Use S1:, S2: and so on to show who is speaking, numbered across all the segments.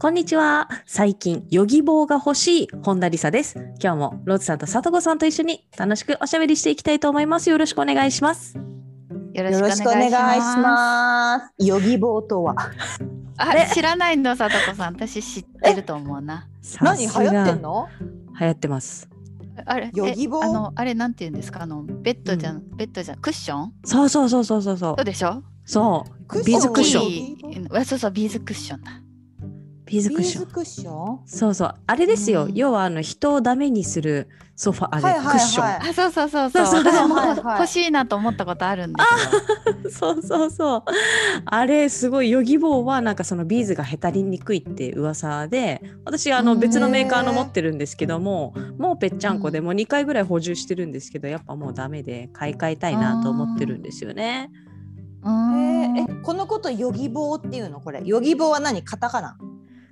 S1: こんにちは。最近、ヨギ棒が欲しい本田理沙です。今日もローズさんとさとこさんと一緒に楽しくおしゃべりしていきたいと思います。よろしくお願いします。
S2: よ
S3: よろしくお願いし
S2: す。
S3: ますヨギ棒とは
S2: あ、知らないの、さとこさん、私知ってると思うな。
S1: さ
S4: 何
S1: す
S4: 流
S1: が
S4: 行ってんの
S1: 流行ってます。
S2: あれ、え
S4: ヨギボー
S2: あの、あれ、なんて言うんですか、あの、ベッドじゃん、ベッドじゃん、クッション。
S1: そうそうそうそうそうそう
S2: そう。でしょ
S1: そう。
S4: ク
S1: ビーズクッショ
S2: 大
S1: ン。
S2: きいうんそうそう、ビーズクッションだ。
S1: ビーズ
S4: ビ
S1: クッシ
S4: ー
S1: ョ
S4: ズ
S1: ン。
S4: クッション
S1: そうそう。あれですよ。
S2: うん
S1: 要はあの人をダメにするソファあれ、
S4: はいはいはい
S1: クッショ
S2: あ、そうそうそうそう、
S1: そうそう
S2: 私も
S4: はいはいはい
S2: 欲しいなと思ったことあるんですよ。
S1: ン。 そうそうそう。あれすごいヨギ棒はなんかそのビーズがへたりにくいって噂で、私あ
S2: う
S1: の
S2: ん
S1: 別のメーカーの持ってるんですけども、もうぺっちゃんこでもう2回ぐらい補充してるんですけど、やっぱもうダメで買い替えたいなと思ってるんですよね。
S2: う
S4: ン。え
S2: ん
S4: ー、え、このことヨギ棒っていうのこれ。ヨギ棒は何カタカナ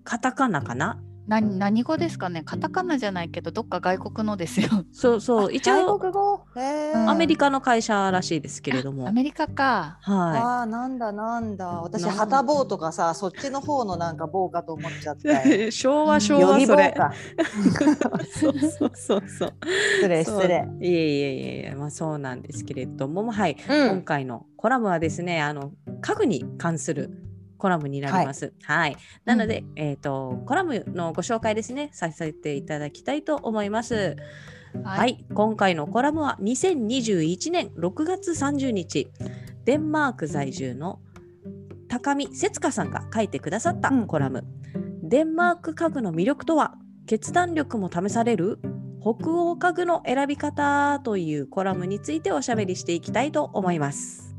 S1: カタカナかな。
S2: な何語ですかね、カタカナじゃないけど、どっか外国のですよ。
S1: そうそう。一
S4: 外
S1: 応
S4: 国語えー、
S1: アメリカの会社らしいですけれども。
S2: アメリカか。
S1: は
S4: ああ、なんだなんだ。私、
S1: なんだ
S4: 旗棒とかさ、そっちの方のなんか棒かと思っちゃって。
S1: い。昭和昭
S4: ヨ
S1: 和
S4: ギ
S1: そ
S4: 棒
S1: れ。
S4: か。
S1: そうそうそうそう。
S4: 失礼、
S1: そう
S4: 失礼。
S1: いえいえいえいえ、まあ、そうなんですけれども、はい、
S4: うん
S1: 今回のコラムはですね、あの家具に関する。コラムになります。はい、なので、えっ、と、コラムのご紹介ですね、させていただきたいと思います。はい、
S2: い。
S1: 今回のコラムは2021年6月30日。デンマーク在住の高見節香さんが書いてくださった
S4: うん
S1: コラム、デンマーク家具の魅力とは決断力も試される北欧家具の選び方というコラムについておしゃべりしていきたいと思います。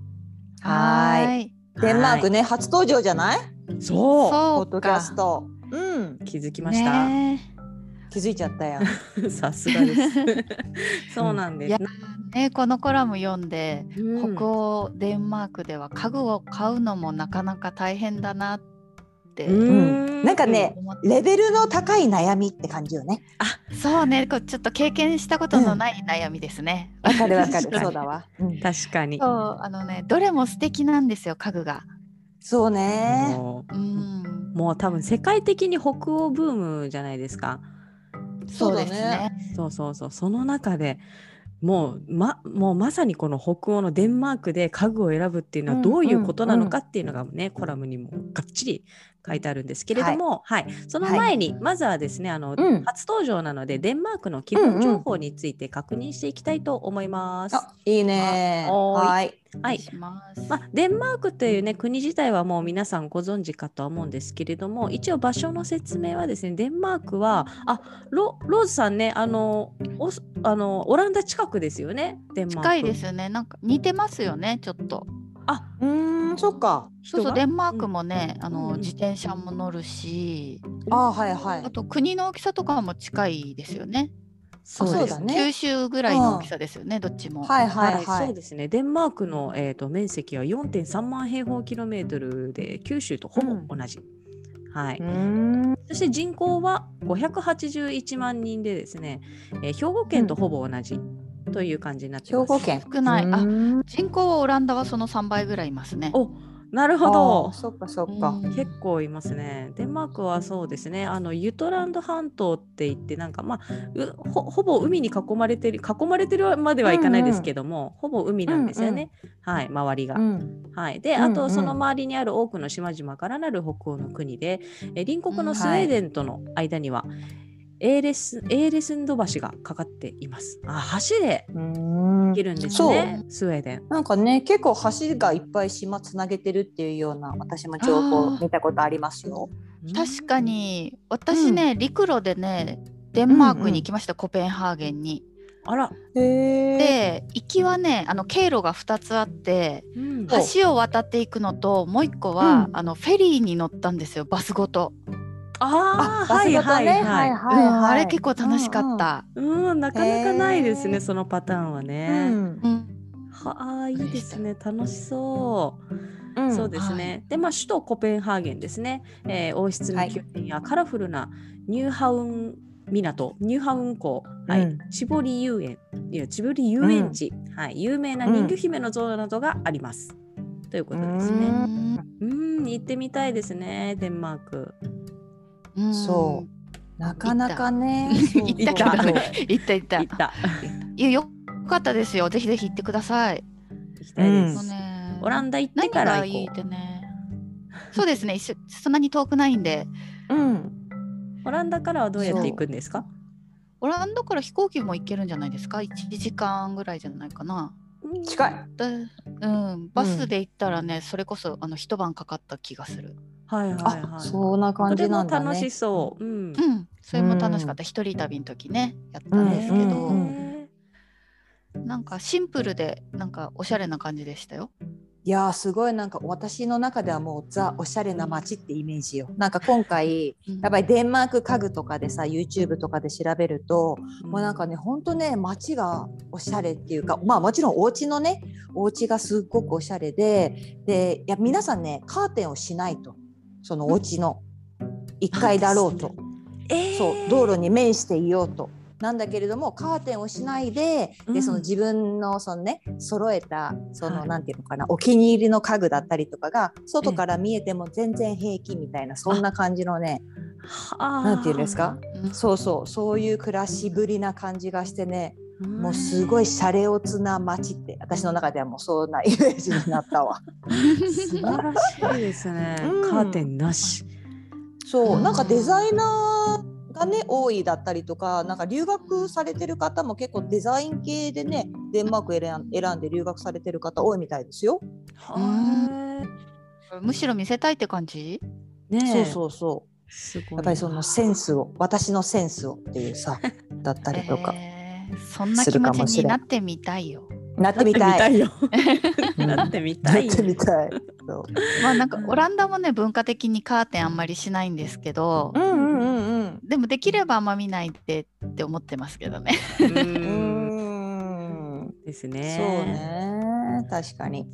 S4: はい
S2: ーい。
S4: デンマーク
S1: ね。
S4: ね、初登場じゃない
S1: そ
S4: ポ
S2: そ
S4: ッ
S2: う
S4: ドキャス
S2: か。
S4: ト。うん、
S1: う気づきました。
S2: ね
S4: 気づいちゃったやん。
S1: さすが です。そうなん
S2: え
S1: で
S2: い
S1: す
S2: や。ねこのコラム読んで、
S1: うん
S2: 北欧デンマークでは家具を買うのもなかなか大変だなって
S1: う
S4: うんなんかね
S2: 思って、
S4: レベルの高い悩みって感じよね。
S2: そうねこうちょっと経験したことのない悩みですね。
S4: わかるわか
S1: 確かに
S4: る。そうだわ。うん
S1: 確かに。
S2: そうあのねどれも素敵なんですよ家具が。
S4: そうね。
S1: も
S2: う
S1: うんもう多分世界的に北欧ブームじゃないですか。
S2: そうです
S4: そうだ
S2: ね。
S1: そうそうそうその中でもうまもうまさにこの北欧のデンマークで家具を選ぶっていうの
S4: う
S1: は
S4: ん
S1: どういうことなのかっていうのがね、コラムにもがっちり書いてあるんですけれども、はいその前に、まずはですねあの、
S4: うん
S1: 初登場なのでデンマークの基本情報について確認していきたいと思います。
S4: あ、いいね。
S1: あおーい
S4: はい。
S1: はい
S2: します。
S1: まあ、デンマークという、ね、国自体はもう皆さんご存知かとは思うんですけれども一応場所の説明はですねデンマークはあロローズさんねあのおあのオランダ近くですよねデンマーク
S2: 近いですよね。なんか似てますよね、ちょっと。
S4: うーん、そっか。
S2: そう
S1: 人
S2: そう、
S1: が
S2: デンマークもね、あ
S1: うんう
S2: の
S1: ん
S2: 自転車も乗るし、
S4: あー、はいは
S2: あ
S4: い。
S2: と国の大きさとかも近いですよね。
S1: そう
S4: あ
S1: です
S4: そうだね
S2: 九州ぐらいの大きさですよね、どっちも。
S4: はいは
S1: はい
S4: いは
S1: そう
S4: い。
S1: ですねデンマークの、えー、と面積は4.3万平方キロメートルで九州とほぼ同じ、はい、
S4: うーん。
S1: そして人口は581万人でですね、えー兵庫県とほぼ同じという感じになって
S4: 兵
S1: ます、
S4: 庫県。
S2: 少ない。
S4: う
S2: あ、
S4: ーん
S2: 人口はオランダはその三倍ぐらいいますね。
S1: おなるほど
S4: あーそっかそっか。
S2: うん
S1: 結構いますね。デンマークはそうですね。あのユトランド半島って言ってなんかまあうほほぼ海に囲まれてる囲まれてるまではいかないですけども、ほぼ海なんですよね。はい周りが。
S4: うん。
S1: はいで
S4: うんう
S1: あ
S4: ん
S1: とその周りにある多くの島々からなる北欧の国で、え隣国のスウェーデンとの間には、エーレスエーレスンド橋がかかっています。あ橋で
S4: うーん
S1: 行けるんです
S4: そう
S1: ね。スウェーデン。
S4: なんかね、結構橋がいっぱい島つなげてるっていうような、私も情報見たことありますよ。
S2: 確かに、私ね、陸路でね、デンマークに行きました、コペンハーゲンに。
S1: あら、
S4: へえ。
S2: で行きはねあの経路が2つあって
S1: うん
S4: はい
S2: 橋を渡っていくのともう一個は、
S4: う
S2: あのフェリーに乗ったんですよバスごと、
S1: ああ、はいはいはい。
S2: うんあれ結構楽しかった、
S1: うん、なかなかないですね、
S4: へー
S1: そのパターンは
S4: 構
S1: ね。
S2: うん
S1: はあ、いいですね、楽しそう。
S4: うん
S1: そうですね。で、まあ、首都コペンハーゲンですね。えー王室の宮殿やカラフルなニューハウン港、ニューハウン港、はい、
S4: うん
S1: チボリ遊園、いや、チボリ遊園地、はい、有名な人魚姫の像などがあります。ということです
S4: う
S1: ね。
S2: ん
S1: うん、行ってみたいですね、デンマーク。
S2: うん
S4: そなかなかね。そう
S2: 行ったけどね
S4: そう
S2: 行った行った
S1: 行った。
S2: いやよかったですよぜひぜひ行ってください、
S1: 行きたいで
S4: うん
S2: もう
S1: す。
S2: ね
S1: オランダ行って
S2: 何
S1: から行
S2: が
S1: こう。
S2: いいってねそうですね一緒そんなに遠くないんで
S4: そううん。
S1: オランダからはどうやって行くんですか
S2: オランダから飛行機も行けるんじゃないですか1時間ぐらいじゃないかな
S4: 近い。
S2: だうん、バスで行ったらね、それこそあの一晩かかった気がする。
S1: はいはいはい。
S4: あ、そんな感じなんだ
S1: これも楽し
S4: ね。
S1: そう。うん。
S2: うん、それも楽しかった、一人旅の時ね、やったんですけど、
S4: うんうん
S2: なんかシンプルで、なんかおしゃれな感じでしたよ。
S4: いやーすごいなんか私の中ではもうザおしゃれな街ってイメージよ。なんか今回やっぱりデンマーク家具とかでさ YouTube とかで調べるともうなんかねほんとね街がおしゃれっていうかまあもちろんお家のねお家がすっごくおしゃれででいや皆さんねカーテンをしないとそのお家の1階だろうと。
S1: えー
S4: そう道路に面していようと。なんだけれどもカーテンをしないで,、
S1: うん
S4: でその自分のその、ね、揃えたその、
S1: はい
S4: なんていうのかなお気に入りの家具だったりとかが外から見えても全然平気みたいなそんな感じのね
S1: はあ
S4: なんていうんですか
S2: うん
S4: そうそうそういう暮らしぶりな感じがしてね
S1: ん
S4: もうすごいシャレオツな街って私の中ではもうそんなイメージになったわ。
S1: 素晴らしいですね。
S4: うん
S1: カーテンなし。
S4: そううんなんかデザイナーがね多いだったりとかなんか留学されてる方も結構デザイン系でねデンマーク選ん選んで留学されてる方多いみたいですよ。
S1: は
S2: むしろ見せたいって感じ。
S1: い。ね
S4: そう
S1: え。
S4: そうそう
S1: すごいな
S4: やっぱりそのセンスを私のセンスをっていう さだったりとか、
S2: えーそんな
S4: す
S2: 気
S4: る
S2: 持
S4: か
S2: ち
S4: もし
S2: に
S4: れん
S2: なってみたいよ。
S4: なってみたい。
S1: よ。
S4: うん
S1: なってみ
S4: な
S1: た
S4: っ
S1: い。
S4: てみたい。そう
S2: まあなんかオランダもね文化的にカーテンあんまりしないんですけど、
S4: うんうんうん
S2: でもできればあんま見ないでって思ってますけどね。
S1: う
S4: うんん。うーん。
S1: です
S4: そう
S1: ね。。
S4: ね確かに。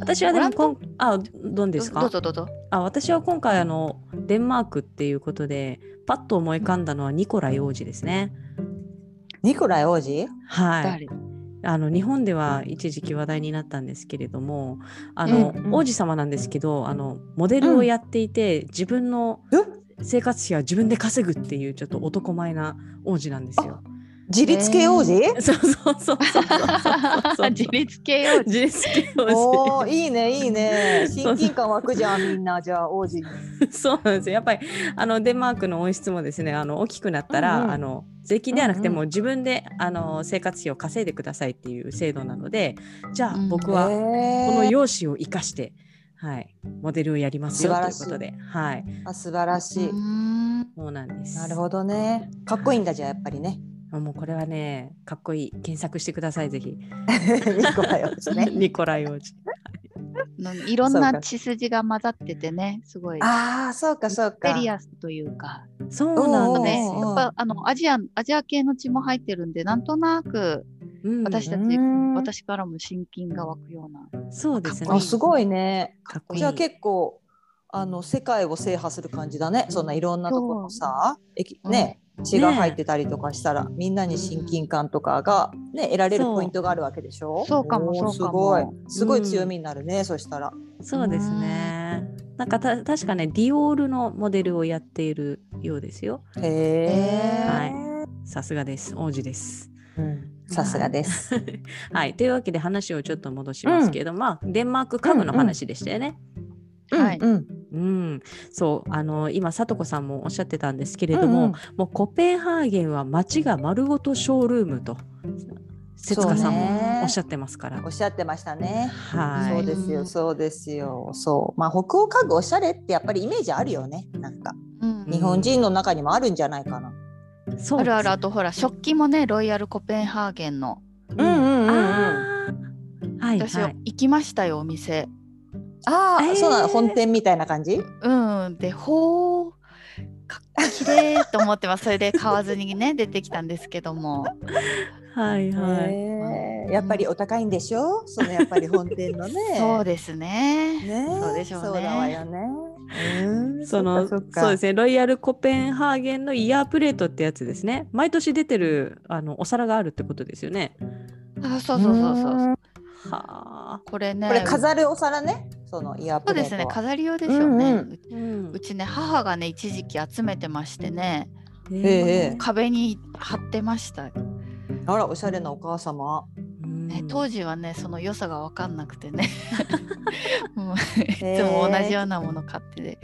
S1: 私はでも
S2: 今
S1: こんあどんですか
S2: どうぞどうぞ。
S1: あ私は今回あのデンマークっていうことでパッと思い浮かんだのはニコライ王子ですね。
S4: ニコライ王子？
S1: はい。
S2: 誰
S1: あの日本では一時期話題になったんですけれどもあの、
S4: うんうん
S1: 王子様なんですけどあのモデルをやっていて、自分の
S4: え
S1: 生活費は自分で稼ぐっていうちょっと男前な王子なんですよ。
S4: 自立系王子？
S1: そうそうそうそうそうそう そう
S2: 自立系を
S1: 自立系
S4: お
S1: 王
S4: お
S1: 子
S4: いいねいいね
S1: そう
S4: 親近感湧くじゃんみんなじゃあ王子に
S1: そうなんですよやっぱりあのデンマークの王室もですねあの大きくなったら、
S4: うんうん
S1: あの税金ではなくて
S4: うんうん
S1: もう自分であの生活費を稼いでくださいっていう制度なのでじゃあ
S2: うん
S1: 僕
S4: へ
S1: は
S4: ー
S1: この容姿を生かして、はい、モデルをやりますよ
S4: 素
S1: とい
S4: 晴ら
S1: う
S4: しい
S1: ことで、はい、
S4: あ素晴らしい、
S1: そうなんです。
S4: なるほどねかっこいいんだじゃあやっぱりね
S1: もうこれはね、かっこいい、検索してください、ぜひ。
S4: ニコライ王子ね
S1: ニコライ王子。
S2: のいろん
S4: そう
S2: な
S4: か
S2: 血筋が混ざっててねすごいミ
S4: ああそうかそうか
S2: ステリアスというか
S1: そうなんです
S2: ね
S4: おー
S2: や
S1: よ。
S2: っぱあのアジアアジア系の血も入ってるんでなんとなく
S1: うん
S2: 私たち、
S4: うん
S2: 私からも親近が湧くような
S1: そうですね。
S4: あすごいね
S1: かっこいい。
S4: じゃあ結構あの世界を制覇する感じだねそんないろんなところのさ駅ね血が入ってたりとかしたら、みんなに親近感とかが、ね、得られる
S1: そう
S4: ポイントがあるわけでしょ
S2: そうかも
S4: おー
S2: そうかも
S4: すごいすごい強みになるね、そしたら
S1: そうですね。なんかた確かね、ディオールのモデルをやっているようですよ。
S4: へえ、
S1: はさすがです。王子です。
S4: うんさすがです。
S1: はい。というわけで話をちょっと戻しますけれども、まあ、デンマーク家具の話でしたよね。
S2: はい
S4: うんうん
S1: うん、そうあの今さとこさんもおっしゃってたんですけれども、
S4: うんうん
S1: もうコペンハーゲンは街が丸ごとショールームと節
S4: そう
S1: 塚
S4: ね
S1: さんもおっしゃってますから、
S4: おっしゃってましたね。
S1: は
S4: そ
S1: いう
S4: ですよ、そうですよ。そう。まあ北欧家具おしゃれってやっぱりイメージあるよね。なんか
S2: うん
S4: 日本人の中にもあるんじゃないかな。
S1: そう
S2: あるあるあとほら食器もねロイヤルコペンハーゲンの
S4: うんうんうんうん。
S1: あ
S4: あ
S1: ーはい
S2: 私、
S1: はい
S2: 行きましたよお店
S4: あー、
S1: えー
S4: そうなの本店みたいな感じ？
S2: うんでほうか綺麗と思ってますそれで買わずにね出てきたんですけども。
S1: はいはい
S4: えーやっぱりお高いんでしょ？そのやっぱり本店のね
S2: そうですね
S4: ねえ
S2: そうでしょうね
S4: そうだわよね。うん
S1: そのそ
S4: っか
S1: う
S4: そ
S1: で
S4: う
S1: すねロイヤルコペンハーゲンのイヤープレートってやつですね毎年出てるあのお皿があるってことですよね
S2: あそうそうそうそう
S4: う
S1: はあ、
S2: これね
S4: これ飾るお皿ね。そのイヤー
S2: そ
S4: プ
S2: う
S4: レ
S2: で
S4: ート
S2: すね
S4: は。
S2: 飾り用でしょうね、う
S4: う
S2: ん
S1: うん
S2: うちね母がね一時期集めてましてね
S4: ええ
S2: 壁に貼ってました、ね
S4: あらおしゃれなお母様。
S1: うん
S2: 当時はねその良さが分かんなくて ねもういつも同じようなもの買ってで、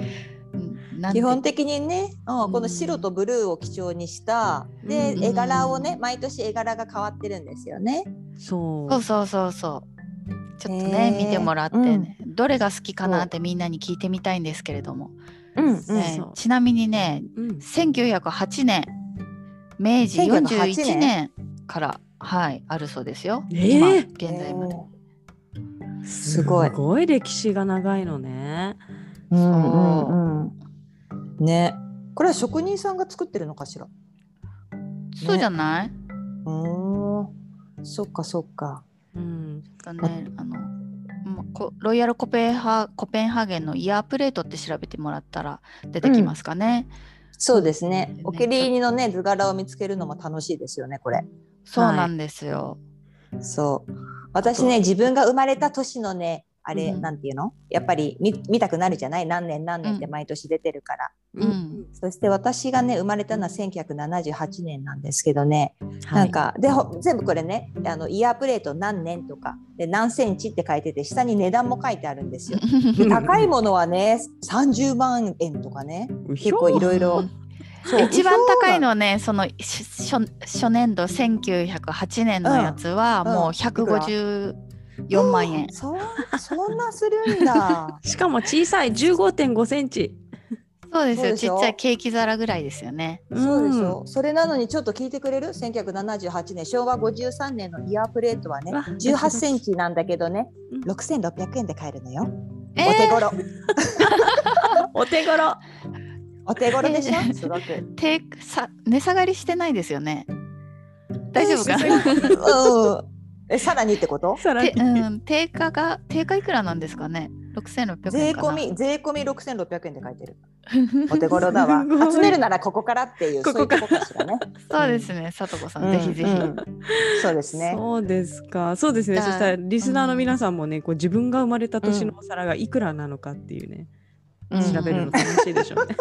S2: うんなんで
S4: 基本的にね、う、
S2: うんん
S4: この白とブルーを基調にした、
S1: う
S4: で
S1: ん
S4: 絵柄をね毎年絵柄が変わってるんですよね。
S1: そう
S2: そうそうそうそうちょっとね、
S4: へー
S2: 見てもらってね、どれが好きかなってみんなに聞いてみたいんですけれども、
S4: うん
S1: うん
S2: ね
S1: そう
S2: ちなみにね
S1: うん
S2: 1908年明治
S4: 1908
S2: 41年からはいあるそうですよ、
S1: え
S2: 今
S1: ー
S2: 現在まで。
S4: すごい
S1: すごい歴史が長いのね
S4: うんうんうん。ね。これは職人さんが作ってるのかしら。
S2: そうじゃない、
S4: うーん。そっかそっか。
S1: うん
S2: ちょっとねあのまこロイヤルコペンハコペンハーゲンのイヤープレートって調べてもらったら出てきますかね。
S4: そうですね
S2: ね。
S4: お気に入りのね図柄を見つけるのも楽しいですよねこれ。
S2: そうなんですよ。
S4: そう。私ね自分が生まれた年のねあれ、
S2: うん
S4: なんていうのやっぱり見見たくなるじゃない何年何年って
S2: う
S4: 毎年出てるか
S2: う
S4: ら。
S2: ん
S4: そして私がね生まれたのは1978年なんですけどね、
S1: は
S4: ないんかでほ全部これねあのイヤープレート何年とかで何センチって書いてて下に値段も書いてあるんですよ。で
S1: うん。
S4: 高いものはね30万円とかね結構いろいろ。そう
S2: 一番高いの
S4: 嘘
S2: はねそのし初初年度1908年のやつは
S4: うんうん
S2: もう
S4: いくら
S2: 154
S4: な
S2: 万円。
S4: そそん なするんだ
S1: しかも小さい15.5センチ
S2: そうです
S4: そう
S2: よ
S4: で
S2: ち
S4: しょ
S2: っちゃいケーキ皿ぐらいですよね。
S4: そうでしょ、それなのにちょっと聞いてくれる1978年昭和53年のイヤープレートはね
S1: わ
S4: 18センチなんだけどね
S1: うん
S4: 6600円で買えるのよ、
S2: え
S4: お手
S2: ー、
S4: 頃
S1: お手頃
S4: お手頃でし
S2: え
S4: ょす ごく
S2: 低さ値下がりしてないですよね。大丈夫か
S4: えーすごいうんえさらにってこと
S1: さら
S2: て
S1: に、
S2: うん、定価が定価いくらなんですかね。六千六百
S4: 税
S2: 円か
S4: 込
S2: な。
S4: み税込み6600円で書いてるお手頃だわ
S1: すごい
S4: 集めるならここからっていう
S1: ここから
S4: そういうとこかしら ね
S2: そうですね、さとこさん、ぜひぜひ。
S4: うんうんそうです ね
S1: そうですかそうですね
S2: だ
S1: そしたらリスナーの皆さんもねこう自分が生まれた年のお皿がいくらなのかっていうね、
S2: うん
S1: 調べるの楽しいでし ょうね、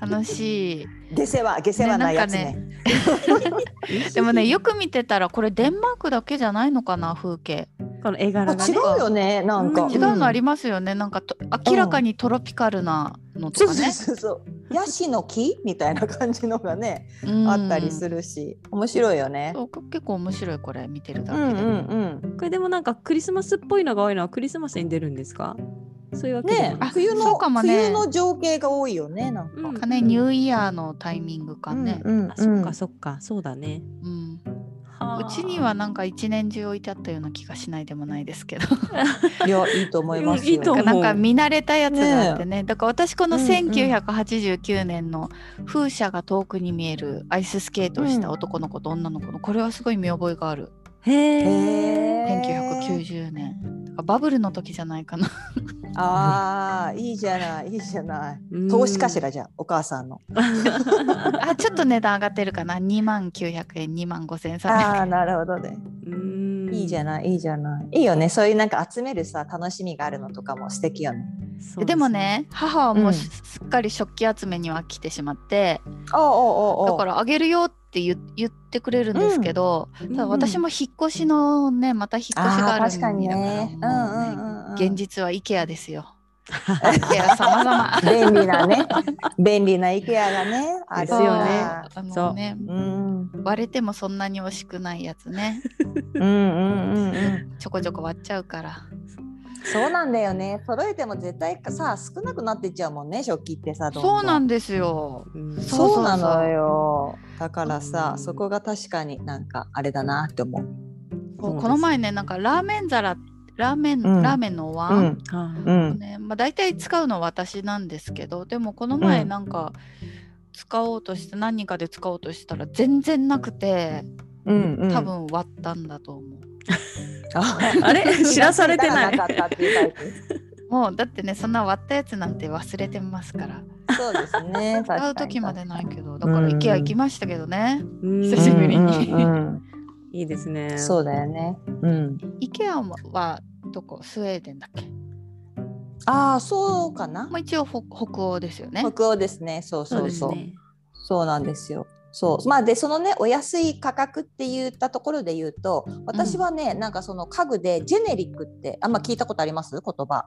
S2: 楽しい。
S4: 下世話下世話なやつね
S2: ねでもね、よく見てたら、これデンマークだけじゃないのかな、風景。
S1: この絵
S4: あ
S1: 柄が
S4: 違う
S1: ね
S4: よねなんか、
S1: うん
S2: 違うのありますよね、なんかと明らかにトロピカルなのと
S4: そう
S2: か
S4: そう
S2: ね。
S4: そうそう。ヤシの木みたいな感じのがね、
S2: うん
S4: あったりす。るし、面白いよね。
S2: そう結構面白い、これ見てるだ
S4: う
S2: け
S4: ん
S2: で。
S4: うんうん。
S1: これでもなんかクリスマスっぽいのが多いのはクリスマスに出るんですかそういうわけで
S4: ね
S1: も
S4: え
S1: な
S2: あ
S1: い
S4: 冬
S2: そう
S4: の
S2: かもね
S4: 冬の情景が多いよねなんか。
S1: うん
S2: なんかね、ニューイヤーのタイミングかね。
S4: うんうん
S1: あそっかそっかそうだね
S2: うん
S1: は
S2: う
S1: あ
S2: ちにはなんか一年中置いてあったような気がしないでもないですけ ど。
S4: いやいいと思いますよ。
S1: いいと思う
S2: なんか見慣れたやつがあってねだから私この
S4: うんうん
S2: 1989年の風車が遠くに見えるアイススケートをした男の子と女の子のこれはすごい見覚えがある
S1: へ
S4: へ
S1: え
S4: ー。
S2: 1990年だからバブルの時じゃないかな
S4: ああいいじゃないいいじゃない。投資かしらじゃあお母さんの。
S2: あちょっと値段上がってるかな2万900円2万5300
S4: ああ
S2: 円
S4: なるほどね。いいじゃないいいじゃない。いいよねそういうなんか集めるさ楽しみがあるのとかも素敵よね。
S1: い
S2: でもね母はもううんすすっかり食器集めには来てしまって、
S4: おうおうおうおう。
S2: だからあげるよって言言ってくれるんですけど、ただ私も引っ越しのねまた引っ越し
S4: あ
S2: が
S4: ー
S2: ある
S4: 確かにね。
S2: だからもうね
S4: うんうんうんうん
S2: 現実は IKEA ですよ。IKEA 様々。
S4: 便利なね便利な IKEA がねある
S1: ですよね
S2: あの
S1: そう
S2: ね
S4: うん、うん
S2: 割れてもそんなに惜しくないやつね。
S4: うんうんうん
S2: ちょこちょこ割っちゃうから。
S4: そうなんだよね揃えても絶対さ少なくなってっちゃうもんね食器ってさどんどん
S2: そうなんですよ。
S1: うん
S2: そうそう
S4: そうなのよだからさそこが確かになんかあれだなって思う
S2: こ
S1: そう
S2: う
S1: です
S2: この前ねなんかラーメン皿ラーメン、
S4: うん
S2: ラーメンのお
S4: う
S2: 椀、
S4: ん
S1: はい
S4: うん
S2: ねまあ、大体使うのは私なんですけどでもこの前
S4: うん
S2: なんか使おうとして何人かで使おうとしたら全然なくて
S4: うんうん
S2: 多 分割ったんだと思う。
S1: あれ知らされてない
S4: だからなかったっていうタイプ
S2: もうだってねそんな割ったやつなんて忘れてますから
S4: そうですね
S2: 使う時までないけどだから
S4: うん
S2: IKEA 行きましたけどね
S1: うん
S2: 久しぶりに
S4: うんうんうん
S1: いいですね。
S4: そうだよねうん
S2: IKEA はどこスウェーデンだっけ
S4: ああそうかな
S2: まあ、一応北北欧ですよね。
S4: 北欧ですねそうそうそう
S1: ですね
S4: そうなんですよ。そうまあ、でそのねお安い価格って言ったところで言うと私はね、なんかその家具でジェネリックってあんま聞いたことあります言葉、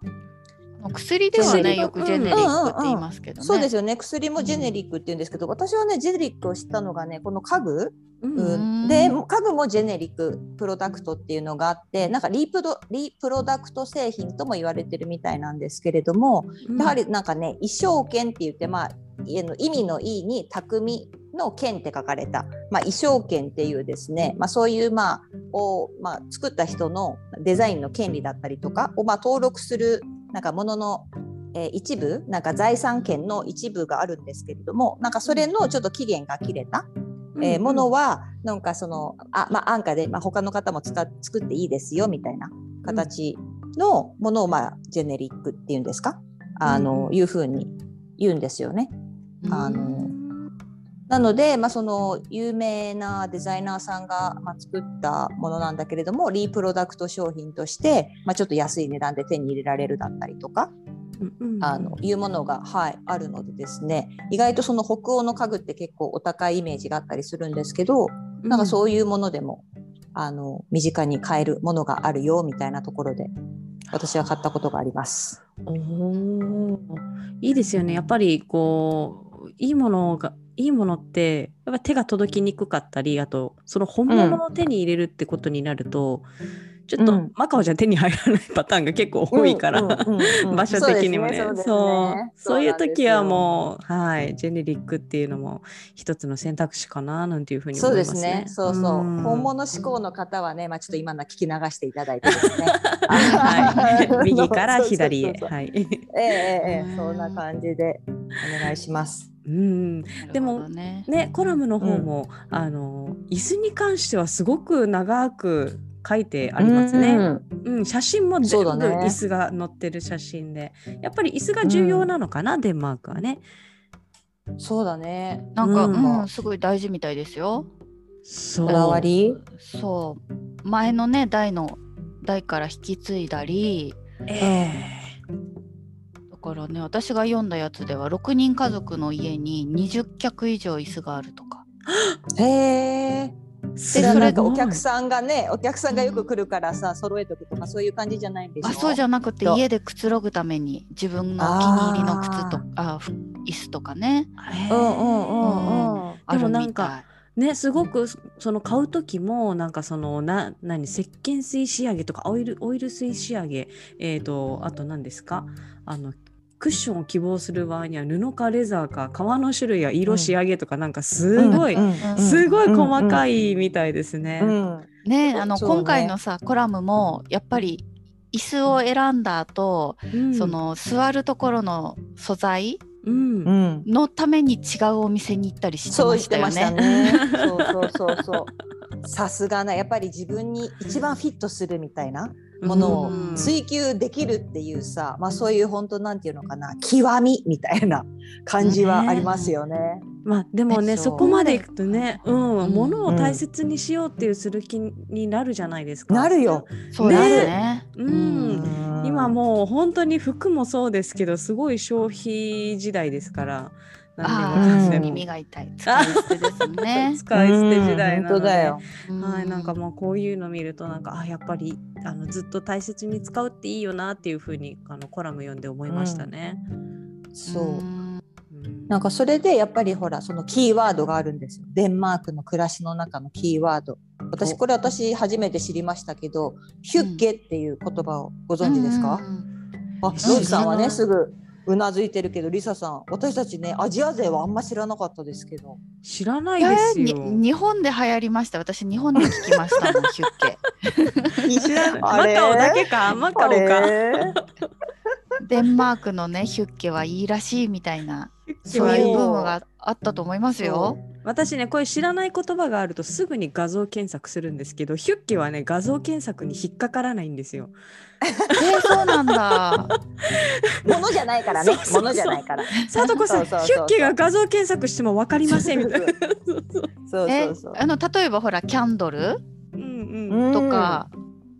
S2: 薬ではね
S4: 薬
S2: よくジェネリックって言いますけどね。
S4: そうですよね薬もジェネリックって言うんですけど、私はねジェネリックを知ったのがねこの家具、
S1: うん
S4: う
S2: うんん
S4: で家具もジェネリックプロダクトっていうのがあってなんかリプロリプロダクト製品とも言われてるみたいなんですけれども、やはりなんかね一生剣って言ってまあ家の意味の意に匠の剣って書かれた、まあ、衣装剣っていうですね、まあ、そういう、まあをまあ、作った人のデザインの権利だったりとかを、まあ、登録するなんかものの、えー一部なんか財産権の一部があるんですけれどもなんかそれのちょっと期限が切れたえーものはなんかそのあ、まあ、安価で、まあ、他の方も使っ作っていいですよみたいな形のものを、まあ、ジェネリックっていうんですかあの、いうふうに言うんですよね。
S2: うん
S4: あのなので、まあ、その有名なデザイナーさんが、まあ、作ったものなんだけれどもリープロダクト商品として、まあ、ちょっと安い値段で手に入れられるだったりとか、あのいうものが、はい、あるのでですね意外とその北欧の家具って結構お高いイメージがあったりするんですけど、なんか
S1: う
S4: そういうものでも、あの身近に買えるものがあるよみたいなところで私は買ったことがあります。
S1: ん。おーいいですよね。やっぱりこういいものがいいものってやっぱ手が届きにくかったりあとその本物を手に入れるってことになると、ちょっと、
S4: うん
S1: マカオじゃ手に入らないパターンが結構 多いから。 場所的にもね。そうそういう時はもうはいジェネリックっていうのも一つの選択肢かななんていうふうに
S4: そ
S1: 思
S4: う
S1: い
S4: で
S1: ますす
S4: ね
S1: ね。。
S4: そうそう。
S1: ん
S4: 本物志向の方はね、まあちょっと今の聞き流していただいてですね。
S1: はい、右から左へ
S4: そうそうそうそう
S1: はい。
S4: ええええええそんな感じでお願いします。
S1: うんでも
S2: なるほどね
S1: ね、コラムの方も、あの椅子に関してはすごく長く書いてあります
S4: う
S1: ね。
S4: ん
S1: うん、写真も全部
S4: そうだね
S1: 椅子が載ってる写真で、やっぱり椅子が重要なのかな、デンマークはね。
S4: そうだね。
S2: なんか、
S1: う
S2: うんんすごい大事みたいですよ。
S1: そ
S4: こだわり。
S2: そう前のね代の代から引き継いだり
S1: え
S2: だからね私が読んだやつでは6人家族の家に20脚以上椅子があるとか。
S4: へえ。
S1: ー
S4: で
S2: で
S4: そ
S2: それ
S4: れお客
S1: ん。
S4: さんがね、お客さんがよく来るからさ、揃えとくとかそういう感じじゃないんでしょ。
S2: あそうじゃなくて
S4: そう
S2: 家でくつろぐために自分のお気に入りの靴とかあふ椅子とかね
S1: えー
S4: うんうんうんうん。
S2: あ
S1: でも
S2: る
S1: なん
S2: み
S1: か
S2: たい。
S1: ね、すごくそその買う時もなんかそのな何石鹸水仕上げとかオイルオイル水仕上げ、えー、とあと何ですかあのクッションを希望する場合には布かレザーか革の種類や色仕上げとか、なんかすごい、
S4: うんうん
S2: うん
S1: すごい細かいみたいですね。
S4: うん
S2: ねあの、
S4: そうね
S2: 今回のさコラムもやっぱり椅子を選んだ後、
S1: うん
S2: そ、の座るところの素材
S1: うん
S4: うん。
S2: のために違うお店に行ったりして
S4: そう
S2: ま
S4: 言っ
S2: したよ
S4: てました
S2: ね。
S4: ね。そうそうそうそう。 さすがなやっぱり自分に一番フィットするみたいなものを
S2: うん
S4: 追求できるっていうさ、まあそういう本当なんていうのかな極みみたいな感じはありますよね。
S1: まあでもね
S4: そう
S1: そこまでいくとね、うん
S2: うん
S1: 物を大切にしようっていうする気になるじゃないですか。
S4: なるよ。
S2: そうだね。
S1: うん
S2: うん
S1: 今もう本当に服もそうですけどすごい消費時代ですから
S4: うん
S2: ああ、
S1: 何でもかんでも。
S2: 耳が痛い。使い捨てですね
S1: 使い捨て時代なの
S4: 本当
S1: で
S4: だよ。
S1: はい、なんか
S2: う
S1: もうこういうの見るとなんかあやっぱりあのずっと大切に使うっていいよなっていうふうにあのコラム読んで思いましたね。
S4: そう。
S2: ん
S1: うん
S4: なんかそれでやっぱりほらそのキーワードがあるんですよ。デンマークの暮らしの中のキーワード。私これ私初めて知りましたけど、ヒュッケっていう言葉をご存知ですか？
S2: うん
S4: あ、ロ
S2: 知らない
S4: イさんはねすぐうなずいてるけど、リサさん、私たちねアジア勢はあんま知らなかったですけど、
S1: 知らない
S2: いや
S1: です
S2: に
S1: よ。
S2: 日本で流行りました私日本で聞きましたもんヒュッ ケ
S1: 知らない
S4: あ
S1: マ
S4: れ
S1: カオだけか、マカオか。
S2: デンマークのねヒュッケはいいらしいみたいな
S4: そ
S2: そういうブ
S4: そう
S2: ームがあったと思いますよ。
S1: 私ね、こういう知らない言葉があるとすぐに画像検索するんですけど、ヒュッケはね、画像検索に引っかからないんですよ。
S2: えー、そうなんだ。
S4: ものじゃないから
S1: そ
S4: ね
S1: う、そうそう
S4: ものじゃないから。
S1: さとこさん、ヒ
S4: そうそうそ
S1: ュッ
S4: う
S1: ケが画像検索してもわかりませ んみたいな。
S4: そう
S2: え
S4: そうそう。
S2: あの例えばほらキャンドル
S1: うんうん。
S4: うん
S2: とか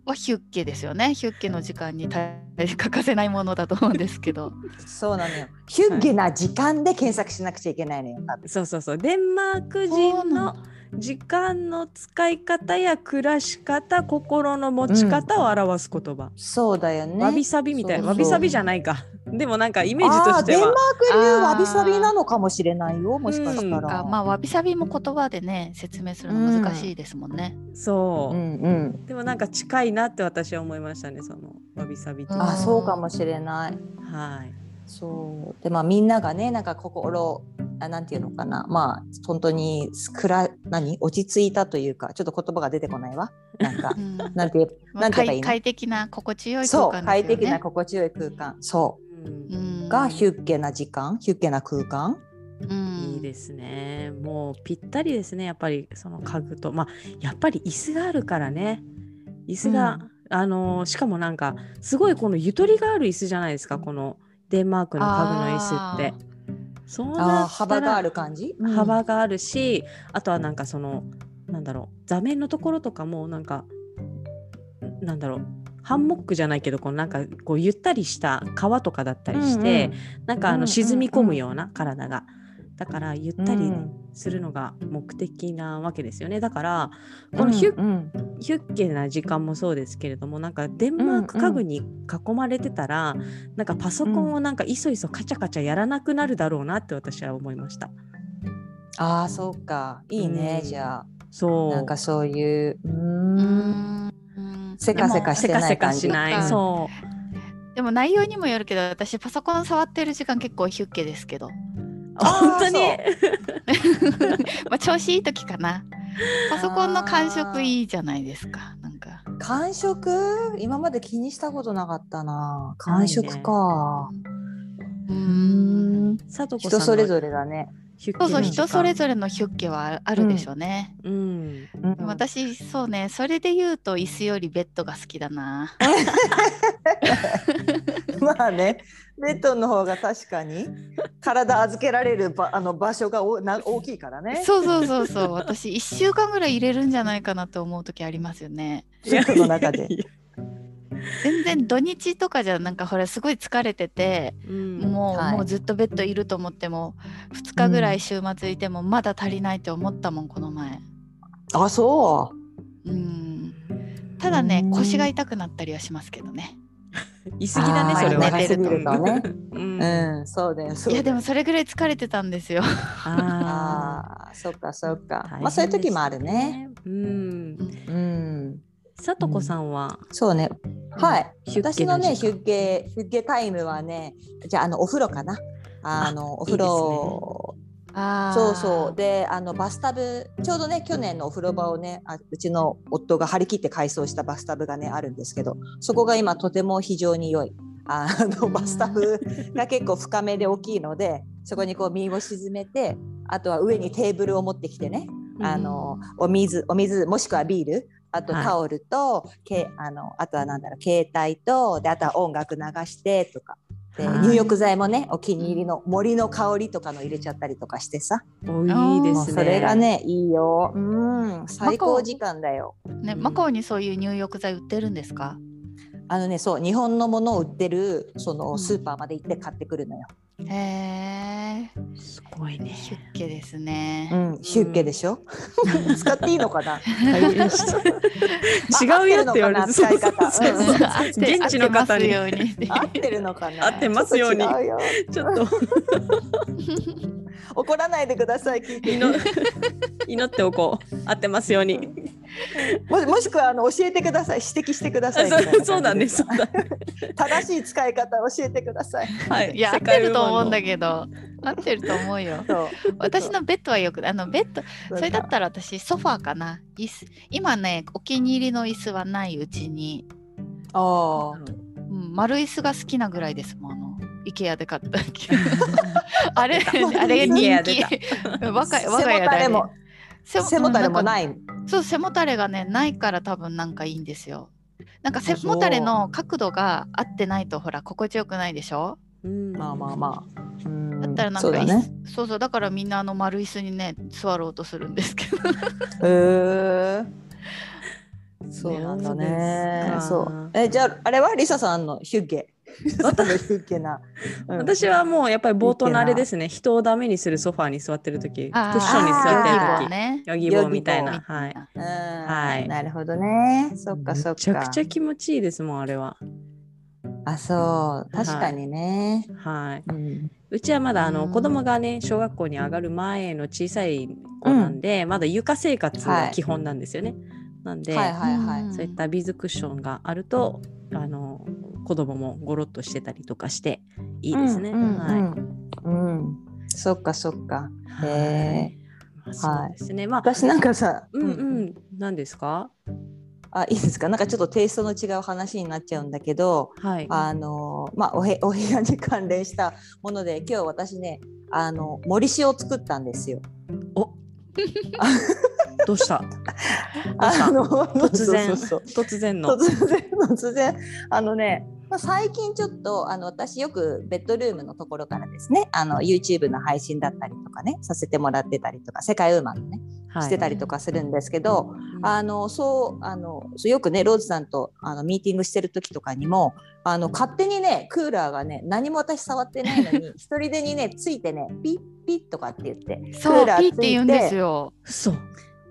S2: はヒュッケですよね。ヒュッケの時間に大欠かせないものだと思うんですけど。
S4: そうなのよ。ヒュッゲな時間で検索しなくちゃいけないのよ。多分
S1: そうそうそう。デンマーク
S2: そ
S1: 人
S2: う
S1: の
S2: なんだ
S1: 時間の使い方や暮らし方、心の持ち方を表す言葉。
S4: そうだよね。
S1: わびさびみたいな。
S4: そ
S1: わ
S4: うそう
S1: びさびじゃない か。でもなんかイメージと
S4: あ
S1: し
S4: ー
S1: て
S4: デンマー
S1: は。
S4: ク流わびさびなのかもしれないよ。もしかした
S1: うん
S4: ら。
S2: あまあわびさびも言葉でね説明するの難しいですもんね。
S1: そうう。
S4: んうん。
S1: でもなんか近いなって私は思いましたね。そのわびさびと。
S2: うん
S4: あ
S1: は
S4: そうかもしれない。
S1: い。
S4: そうでまあみんながねなんか心あなんていうのかなまあ本当にすくら何落ち着いたというかちょっと言葉が出てこないわな んか
S2: うん
S4: なんて言え
S2: ま
S4: な
S2: あ
S4: んて言えば
S2: 快
S4: いいの
S2: 快適な心地よい空
S4: そ
S2: 間ですよ
S4: う
S2: ね。
S4: 快適な心地よい空間そう
S1: うん
S2: うん
S4: うがヒュッケな時間ヒュッケな空間
S2: うん
S1: いいですね。もうぴったりですね。やっぱりその家具と、まあやっぱり椅子があるからね。椅子が、あのーしかもなんかすごいこのゆとりがある椅子じゃないですか。このデンマークの家具の椅子って。そうな
S4: あ
S1: っ
S4: ー
S1: たら
S4: 幅がある感じうん
S1: 幅があるし、あとはなんかそのなんだろう座面のところとかもなんかなんだろうハンモックじゃないけどこうなんかこうゆったりした川とかだったりして、なんかあ
S4: うんうん
S1: の
S4: うん
S1: 沈み込むような体が。だからゆっ
S4: うん
S1: たりねするのが目的なわけですよね。だからこのヒュ,、
S4: うん
S1: ヒュッケな時間もそうですけれどもなんかデンマーク家具に囲まれてたら、なんかパソコンをなんかいそいそカチャカチャやらなくなるだろうなって私は思いました。
S4: ああそうかいいね、
S1: うん
S4: じゃあ
S1: そう
S4: なんかそういううー
S2: うんんうん
S4: せかせかし
S1: せ
S4: て
S1: か
S4: な
S1: せ
S4: い
S1: か
S4: 感
S1: し
S4: じ
S1: な
S2: う
S1: い。
S2: ん
S1: そ
S2: でも内容にもよるけど私パソコン触ってる時間結構ヒュッケですけ ど
S1: う。
S4: あー
S1: 本当に。
S2: まあ調子いい時かなパソコンの感触いいじゃないですかなんか
S4: 感触今まで気にしたことなかったな感触か、
S2: う
S4: うー
S2: ん
S4: ん
S1: さとこさん
S4: 人
S1: の
S4: それぞれだね、
S1: ヒュッ
S2: そう
S1: ケ
S2: そ
S1: の
S2: う
S1: 時間
S2: 人それぞれのヒュッケはああるでしょうね、
S1: うん。
S4: うん
S2: でも私そうねそれで言うと椅子よりベッドが好きだな
S4: まあねベッドの方が確かに体預けられるばあの場所がおな大きいからね
S2: そうそうそうそう私1週間ぐらい入れるんじゃないかなと思う時ありますよね
S4: ベッドの中で
S1: いや
S2: 全然土日とかじゃなんかほらすごい疲れてて
S1: うん
S2: もう、
S4: はい
S2: もうずっとベッドいると思っても2日ぐらい週末いてもまだ足りないって思ったもんこの前
S4: あそ
S2: うんただね
S4: うん
S2: 腰が痛くなったりはしますけどね
S1: 言い過ぎだね
S4: あー
S1: それは
S4: 長
S1: ね。
S4: すぎるとね
S1: う。
S4: うんうんそうだよそ
S2: い
S4: うだ
S2: や
S4: よ
S2: でもそれぐらい疲れてたんです よ、
S1: あ
S4: あーそっかそっ
S1: ー
S4: か、まあそういう時もあるね。
S1: 大変でしたね
S4: うん
S1: うん。さとこさんは、
S4: そうねはい
S1: ヒュッケ
S4: 私のね
S1: 時
S4: ヒ
S1: 間
S4: ュッゲヒュッゲタイムはねじゃああのお風呂かなあのお風呂
S2: あ
S4: そうそうであのバスタブちょうどね去年のお風呂場をねあうちの夫が張り切って改装したバスタブがねあるんですけどそこが今とても非常に良いあの
S2: うん
S4: バスタブが結構深めで大きいのでそこにこう身を沈めてあとは上にテーブルを持ってきてねあのお水お水もしくはビールあと
S1: はい
S4: タオルと、けあのあとはなんだろう携帯とであとは音楽流してとかで
S1: はい
S4: 入浴剤もねお気に入りの森の香りとかの入れちゃったりとかしてさ、
S1: おいいで
S2: あ
S4: もう
S1: すね。
S4: それが。ねいいようん最高時間だよ。
S2: ね
S1: うん
S2: マカオにそういう入浴剤売ってるんですか
S4: あのねそう日本のものを売ってるそうの
S2: ん
S4: スーパーまで行って買ってくるのよ。
S2: へえ
S1: すごいね。
S2: ヒュッケですね、
S4: うん、ヒュッケで しょ、使っていいのかな
S1: 大変で した。違うよって言われ
S4: 合
S1: て。
S4: ってるのかな使 い方
S1: そうそうそう
S2: 合って
S1: 現地の方に
S2: 合ってますように
S4: 合ってるのかな
S1: 合ってますように
S4: ちょっと違よ
S1: ちょっと
S4: 怒らないでください聞いて
S1: 祈祈っておこう。合ってますように。
S4: ももしくはあの教えてください指摘してくださいみたいな
S1: そうそうだね、
S4: 感じです
S1: そうだね。
S4: 正しい使い方教えてください
S1: はい。
S2: いや合ってると思うんだ
S1: け
S2: けど合ってると思うよ
S4: そう
S2: 私のベッドはよくあのベッド
S4: そう
S2: それだったら私ソファーかな椅子今ねお気に入りの椅子はないうちに、
S4: ああ
S2: うん、丸椅子が好きなぐらいですもんあの IKEA で買ったあれあれ人
S1: IKEA
S2: 気
S1: 出た
S2: 我が
S4: 背
S2: 我が家
S4: も
S2: で
S4: た
S2: あ
S4: れ
S2: れ
S4: も
S2: 背
S4: 背もたれも
S2: い
S4: ない
S2: そう背もたれがねないから多分なんかいいんですよなんか背
S4: あそう
S2: もたれの角度が合ってないとほら心地よくないでしょ
S4: まあまあまあうん
S2: だったらなん
S4: そ
S2: か
S4: うだ
S2: 椅子
S4: ね
S2: そうそうだからみんなあの丸椅子にね座ろうとするんですけ ど
S4: へえそうなんだ
S1: そう
S4: ね
S1: ですか
S4: そうえじゃああれはリサさんのヒュ ッゲ私のヒュッゲな、うん
S1: 私はもうやっぱり冒頭のあれですね人をダメにするソファーに座ってる時ク
S2: あー
S1: ッションに座ってる
S2: ヨギボー
S1: 時
S2: ね
S1: ヨギボーみたい
S4: ヨ
S1: な
S4: ギ
S1: はい
S4: うん
S1: い
S4: なるほどねそっかそ
S1: め
S4: っか
S1: ちゃくちゃ気持ちいいですもんあれは
S4: あそう確かにね、
S1: はい
S4: うん
S1: うちはまだあの、
S2: うん
S1: 子供がね小学校に上がる前の小さい子なんで、まだ床生活が基本なんですよね、なんで、
S4: はいはいはい、
S2: うん
S1: そういったビーズクッションがあるとあの子供もゴロッとしてたりとかしていいですね、
S4: うんうん
S1: はい、
S4: うんうんそっかそっか
S1: はい
S4: へ
S1: まあそうですね、まあ
S4: 私なんかさ、
S1: うんうん何ですか
S4: あいいですかなんかちょっとテイストの違う話になっちゃうんだけど
S1: はい
S4: あのまあおへお部屋に関連したもので今日私ねあの森塩を作ったんですよ。
S1: おどう した
S4: あの
S1: 突然
S4: そうそうそう
S1: 突然の
S4: 突然突然あのね、まあ、最近ちょっとあの私よくベッドルームのところからですねあの YouTube の配信だったりとかねさせてもらってたりとか世界ウーマンのね
S1: は
S4: して
S1: い
S4: たりとかするんですけど、あのそうあのそうよくねローズさんとあのミーティングしてる時とかにもあの勝手にねクーラーがね何も私触ってないのに一人でにねついてねピッピッとかって言って
S2: そう
S4: クーラー
S2: ピーっ
S4: つい
S2: て
S4: て
S2: 言うんですよ
S1: 嘘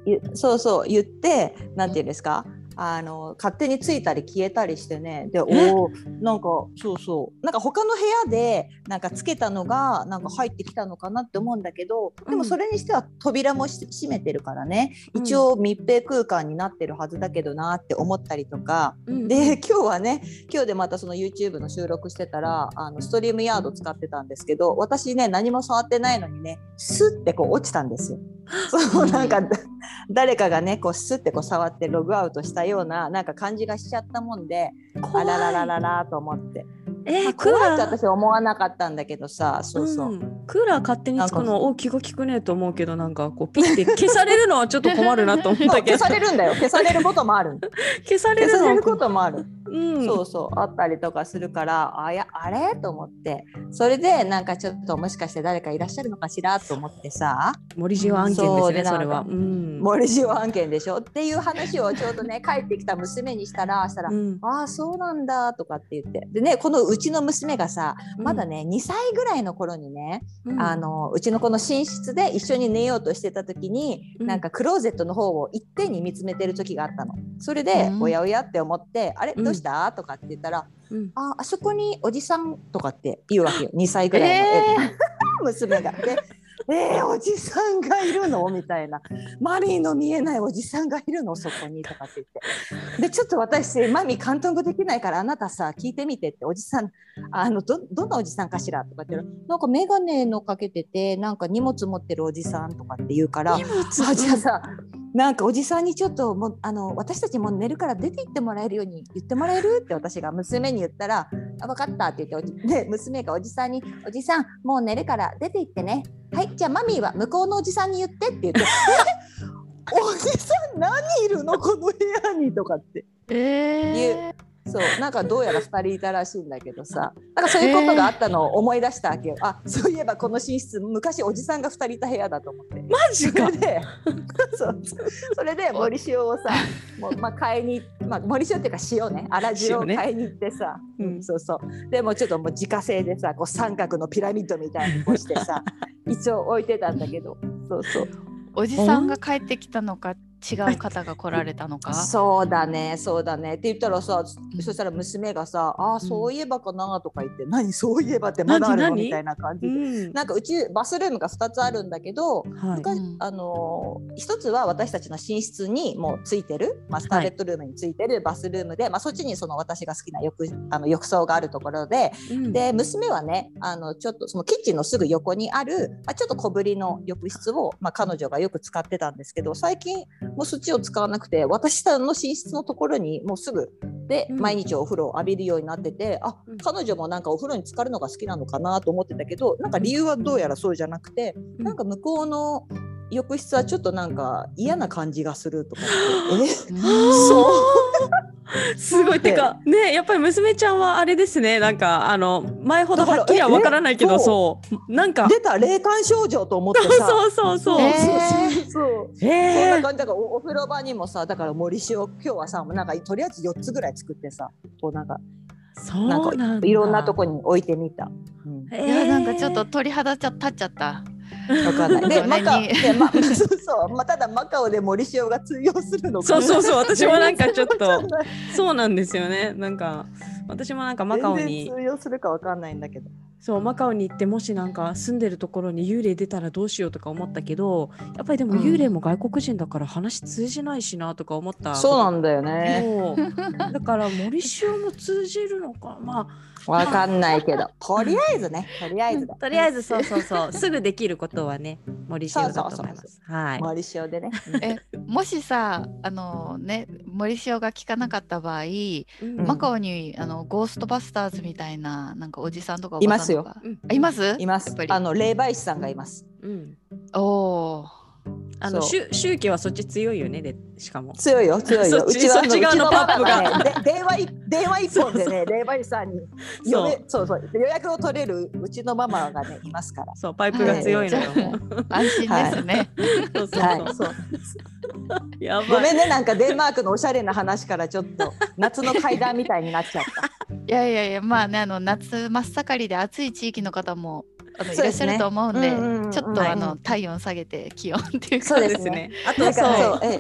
S4: ゆそうそう言ってなんて言うんですかあの勝手についたり消えたりしてねでおーなんかそうそうなんか他の部屋でなんかつけたのがなんか入ってきたのかなって思うんだけどで
S1: うん
S4: もそれにしては扉もし閉めてるからね
S1: うん
S4: 一応密閉空間になってるはずだけどなって思ったりとか、
S1: うん
S4: で 今日はね今日でまたその YouTube の収録してたらあのストリームヤード使ってたんですけど私ね何も触ってないのにねスッてこう落ちた んですよ。そうなんか だ誰かがねこうスッてこう触ってログアウトしたようななんか感じがしちゃったもんであ
S1: 怖い
S4: らららららと思って、
S1: えー
S4: まあ
S1: クー
S4: 怖いって
S1: ラー
S4: 私は思わなかったんだけどさそうそう、
S1: ん、クーラー勝手につくの大きく聞くねえと思うけどなんかこうピッて消されるのはちょっと困るなと思っ
S4: そう
S1: たけ
S4: 消
S1: ど
S4: されるんだよ消されることもある
S1: 消され
S4: 消
S1: る
S4: されるこ
S1: の
S4: ともある
S1: うん
S4: そうそうあったりとかするからあやあれと思ってそれでなんかちょっともしかして誰かいらっしゃるのかしらと思ってさ
S1: 森塩案件で
S4: そ
S1: す
S4: うで
S1: ね
S4: なん
S1: そ
S4: か
S1: れはうん
S4: 森塩案件でしょっていう話をちょう どね帰ってきた娘にしたらしたら
S1: う
S4: 「
S1: ん
S4: ああそうなんだ」とかって言ってでねこのうちの娘がさまだね2歳ぐらいの頃にね
S1: うん
S4: あのうちのこの寝室で一緒に寝ようとしてた時に、
S1: うん
S4: なんかクローゼットの方を一点に見つめてる時があったのそれで、
S2: うん
S4: おやおやって思って「あれ
S1: うん
S4: どうした?」とかって言ったら「
S1: うん
S4: ああそこにおじさん」とかって言うわけよ2歳ぐらいの、
S2: えー
S4: 娘が。で えー、おじさんがいるのみたいなマリーの見えないおじさんがいるのそこにとかって言ってでちょっと私マミ関東語できないからあなたさ聞いてみてっておじさんあのどどんなおじさんかしらとかって言うのなんか眼鏡のかけててなんか荷物持ってるおじさんとかって言うからあじゃあさなんかおじさんにちょっともうあの私たちもう寝るから出て行ってもらえるように言ってもらえるって私が娘に言ったら「あ分かった」って言っておじで娘がおじさんに「おじさんもう寝るから出て行ってねはいじゃあマミーは向こうのおじさんに言って」って言って「え おじさん何いるのこの部屋に」とかって
S2: え
S4: そうなんかどうやら2人いたらしいんだけどさなんかそういうことがあったのを思い出したわけよ、あそういえばこの寝室昔おじさんが2人いた部屋だと思って
S1: マジ
S4: そ
S1: か
S4: れで そうそれで森塩をさもう、まあ、買いに、まあ、森塩っていうか塩ね粗塩を
S1: 塩ね
S4: 買いに行ってさ、
S1: うん
S4: うんそうそうでもうちょっともう自家製でさこう三角のピラミッドみたいにこうしてさ一応置いてたんだけどそうそう
S2: ーおじさんが帰ってきたのか違う方が来られたのか。
S4: そうだねそうだねって言ったら
S2: う
S4: さ、
S2: ん
S4: そしたら娘がさ「ああそういえばかな」とか言って「何そういえばってまだあるの?」
S1: 何何
S4: みたいな感じ
S1: う
S4: で。
S1: ん
S4: なんかうちバスルームが2つあるんだけど、
S1: はい
S4: 昔
S2: うん
S4: あのー一つは私たちの寝室にもうついてるマスターベッドルームについてるバスルームで、まあ、そっちにその私が好きな浴あの浴槽があるところで
S1: うん
S4: で娘はねあのちょっとそのキッチンのすぐ横にある、まあ、ちょっと小ぶりの浴室を、まあ、彼女がよく使ってたんですけど最近もうそっちを使わなくて私さんの寝室のところにもうすぐで
S1: うん
S4: 毎日お風呂を浴びるようになってて、あ
S1: うん
S4: 彼女もなんかお風呂に浸かるのが好きなのかなと思ってたけどなんか理由はどうやらそうじゃなくて、
S1: うん
S4: なんか向こうの浴室はちょっとなんか嫌な感じがするとか言って、え
S2: うん
S1: そう。 すごい
S4: で
S1: てかねやっぱり娘ちゃんはあれですねなんかあの前ほどはっきりはわからないけ
S4: だ
S1: ど
S4: から
S1: そうなんか
S4: 出た霊感症状と思ってさ。
S1: そうそうそう。
S2: えー
S4: そうそう
S1: え
S4: そんな
S1: え
S4: 感じだからおお風呂場にもさだから森塩今日はさもうなんかとりあえず4つぐらい作ってさこうなんか
S1: そうな
S4: な
S1: んん
S4: か
S1: だ
S4: いろんなとこに置いてみた。うん
S1: えー
S2: いやなんかちょっと鳥肌立っちゃった。
S4: わか んない。で、
S2: それ
S4: マ
S2: に
S4: カオ、で、ま、 そうそう、ま、ただマカオで森塩が通用するのか
S1: そうそうそう私もなんかちょっ
S4: わか
S1: と
S4: んない
S1: そうなんですよねなんか私もなんかマカオ
S4: 全
S1: に
S4: 然通用するかわかんないんだけど。
S1: そうマカオに行ってもしなんか住んでるところに幽霊出たらどうしようとか思ったけどやっぱりでも
S2: うん
S1: 幽霊も外国人だから話通じないしなとか思った
S4: そう
S1: う
S4: なんだよね。
S1: だから森塩も通じるのかま
S4: わかんないけど、とりあえずね、とりあえずだ
S1: あ。とりあえずそうそうそうすぐできることはね森塩だと思い
S4: そうそう
S1: ま
S4: そう
S1: すはい
S4: 森塩でね。
S2: もしさあのね森塩が効かなかった場合、
S1: うん
S2: マカオにあのゴーストバスターズみたいななんかおじさんとかお
S4: い
S2: ば
S4: ま
S2: さ
S4: す
S2: ん
S4: よ
S2: とか
S1: うん
S2: あいます
S4: いま
S2: や
S4: す
S2: っぱ。り
S4: あの霊媒師さんがいます。
S1: うん
S2: おお
S1: あの
S4: そう
S1: 宗宗教はそっち強いよねでしかも
S4: 強 いよ強いよ。
S1: そっち
S4: は
S1: そっち側の
S4: う
S1: パップが
S4: はねで電話い電話一 本でね霊媒師さんに予
S1: そう
S4: 約そうそう予約を取れるうちのママがねいま すから。
S1: そうパイプが強いのよ、
S2: はいじゃー安心ですね。
S1: そうそうそう、
S4: はい、そう
S1: やばい
S4: ごめんねなんかデンマークのおしゃれな話からちょっと 夏の階段みたいになっちゃっ
S2: いやいやいやまあねあの夏真っ盛りで暑い地域の方もあのい
S4: そう
S2: ら
S4: で
S2: っし
S4: すね
S2: ゃると思う
S4: た。
S2: んで。ちょっとあの、
S4: はい
S2: 体温下げて気温っていう
S4: そう
S2: か
S4: ですね。
S1: あ
S4: だ
S1: と
S4: か
S1: そう
S4: ら
S1: そ
S4: そううえ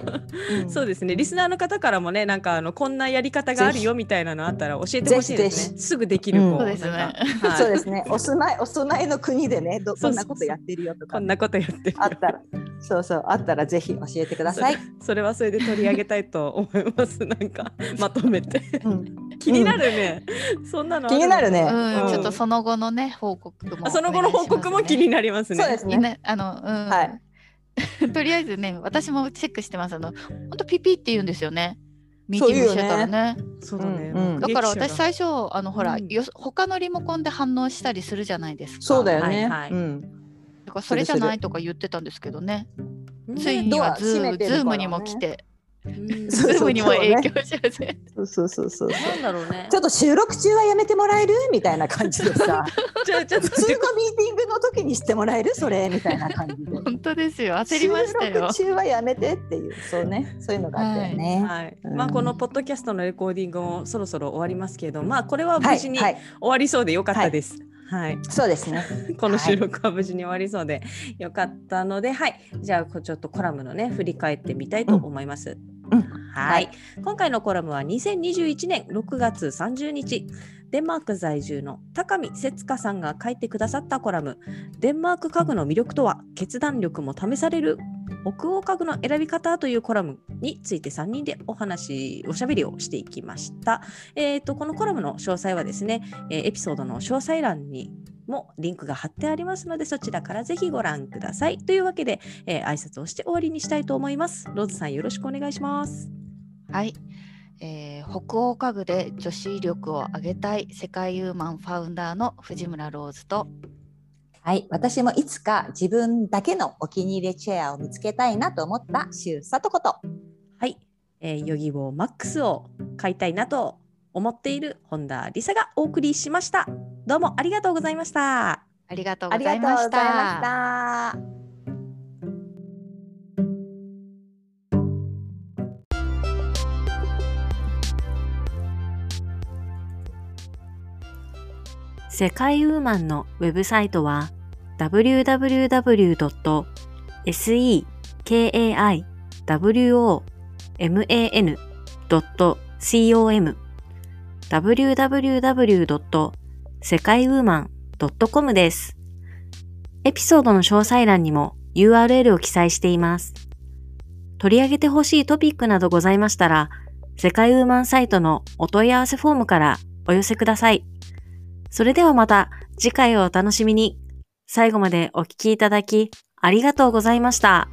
S4: えうん
S1: ですねリスナーの方からもねなんかあのこんなやり方があるよみたいなのあったら教えてほしいで
S4: ぜひ
S1: す
S4: ぜ
S1: ねすぐできる子、
S4: うん
S2: そうですね。
S1: なんかはい
S4: そうですね。お住まいお住まいの国でねどこんなことやってるよと
S1: こ
S4: か
S1: んなことやってる
S4: あったらそうそうあったらぜひ教えてください。
S1: それはそれで取り上げたいと思いますなんかまとめて
S4: うん
S1: 気になるね、そんなのあ
S4: 気になるね。
S2: うん、
S1: うん
S2: ちょっとその後のね報告も、
S1: あその後の報告も気になりますね
S4: そうですね。
S2: ね、あの、うん、
S4: は い
S2: とりあえずね、私もチェックしてます。あの、本当ピピって言うんですよね。ミーティングしてたらね。
S1: そうだね、
S4: うんうん
S2: だから私最初、あの、ほら、
S1: うん
S2: よ、他のリモコンで反応したりするじゃないですか。
S4: そうだよね。
S1: はいはい
S4: うん。
S2: だからそれじゃないとか言ってたんですけどね。
S1: うん
S2: ついには
S4: ドア
S2: ズ
S4: 閉め
S2: ーム、
S4: てる
S2: ズ
S4: か
S2: ーム
S4: らね
S2: にも来て、
S1: うん
S2: ズ
S4: そう
S2: ームにも
S4: そう
S2: 影
S4: ね
S2: 響し始 め。
S4: そうそうそうそう。
S1: なんだろうね
S4: ちょっと収録中はやめてもらえるみたいな感じで さ、
S1: ちょちょっ
S4: 普
S1: と
S4: 通のミーティングの時にしてもらえるそれみたいな感じで。
S2: 本当ですよ。焦りました
S4: 収
S2: よ
S4: 録。中はやめてっていう、そうね、そういうのがあったよね。
S1: はい、
S4: うん
S1: まあこのポッドキャストのレコーディングもそろそろ終わりますけれどまあこれは
S4: は
S1: 無事
S4: い、
S1: に
S4: は
S1: 終
S4: い、
S1: わりそうでよかったです。はい、
S4: そうですね。
S1: この収録は無事に終わりそうでよかったので、はい、じゃあこちょっとコラムのね振り返ってみたいと思います。
S4: うん
S1: はい、今回のコラムは2021年6月30日デンマーク在住の高見節香さんが書いてくださったコラム「デンマーク家具の魅力とは決断力も試される北欧家具の選び方」というコラムについて3人でお話おしゃべりをしていきました。えー、とこのコラムの詳細はですね、えーエピソードの詳細欄にもリンクが貼ってありますのでそちらからぜひご覧ください。というわけで、えー、挨拶をして終わりにしたいと思います。ローズさんよろしくお願いします。
S2: はい、えー北欧家具で女子力を上げたい世界ユーマンファウンダーの藤村ローズと
S4: はい、私もいつか自分だけのお気に入りチェアを見つけたいなと思った周佐とこと。
S1: はい、えー、ヨギボーマックスを買いたいなと思っている本田理沙がお送りしました。どうもありがとうございました。
S2: ありがとう
S4: あ
S2: ご
S4: り
S2: ざ
S4: が
S2: い
S4: とうござ
S2: ま
S4: いま
S2: し。
S4: したた。
S5: 世界ウーマンのウェブサイトは www.sekaiwooman.com
S1: woman.com www.世界ウーマン.com です。エピソードの詳細欄にも URL を記載しています。取り上げてほしいトピックなどございましたら、世界ウーマンサイトのお問い合わせフォームからお寄せください。それではまた次回をお楽しみに。最後までお聞きいただきありがとうございました。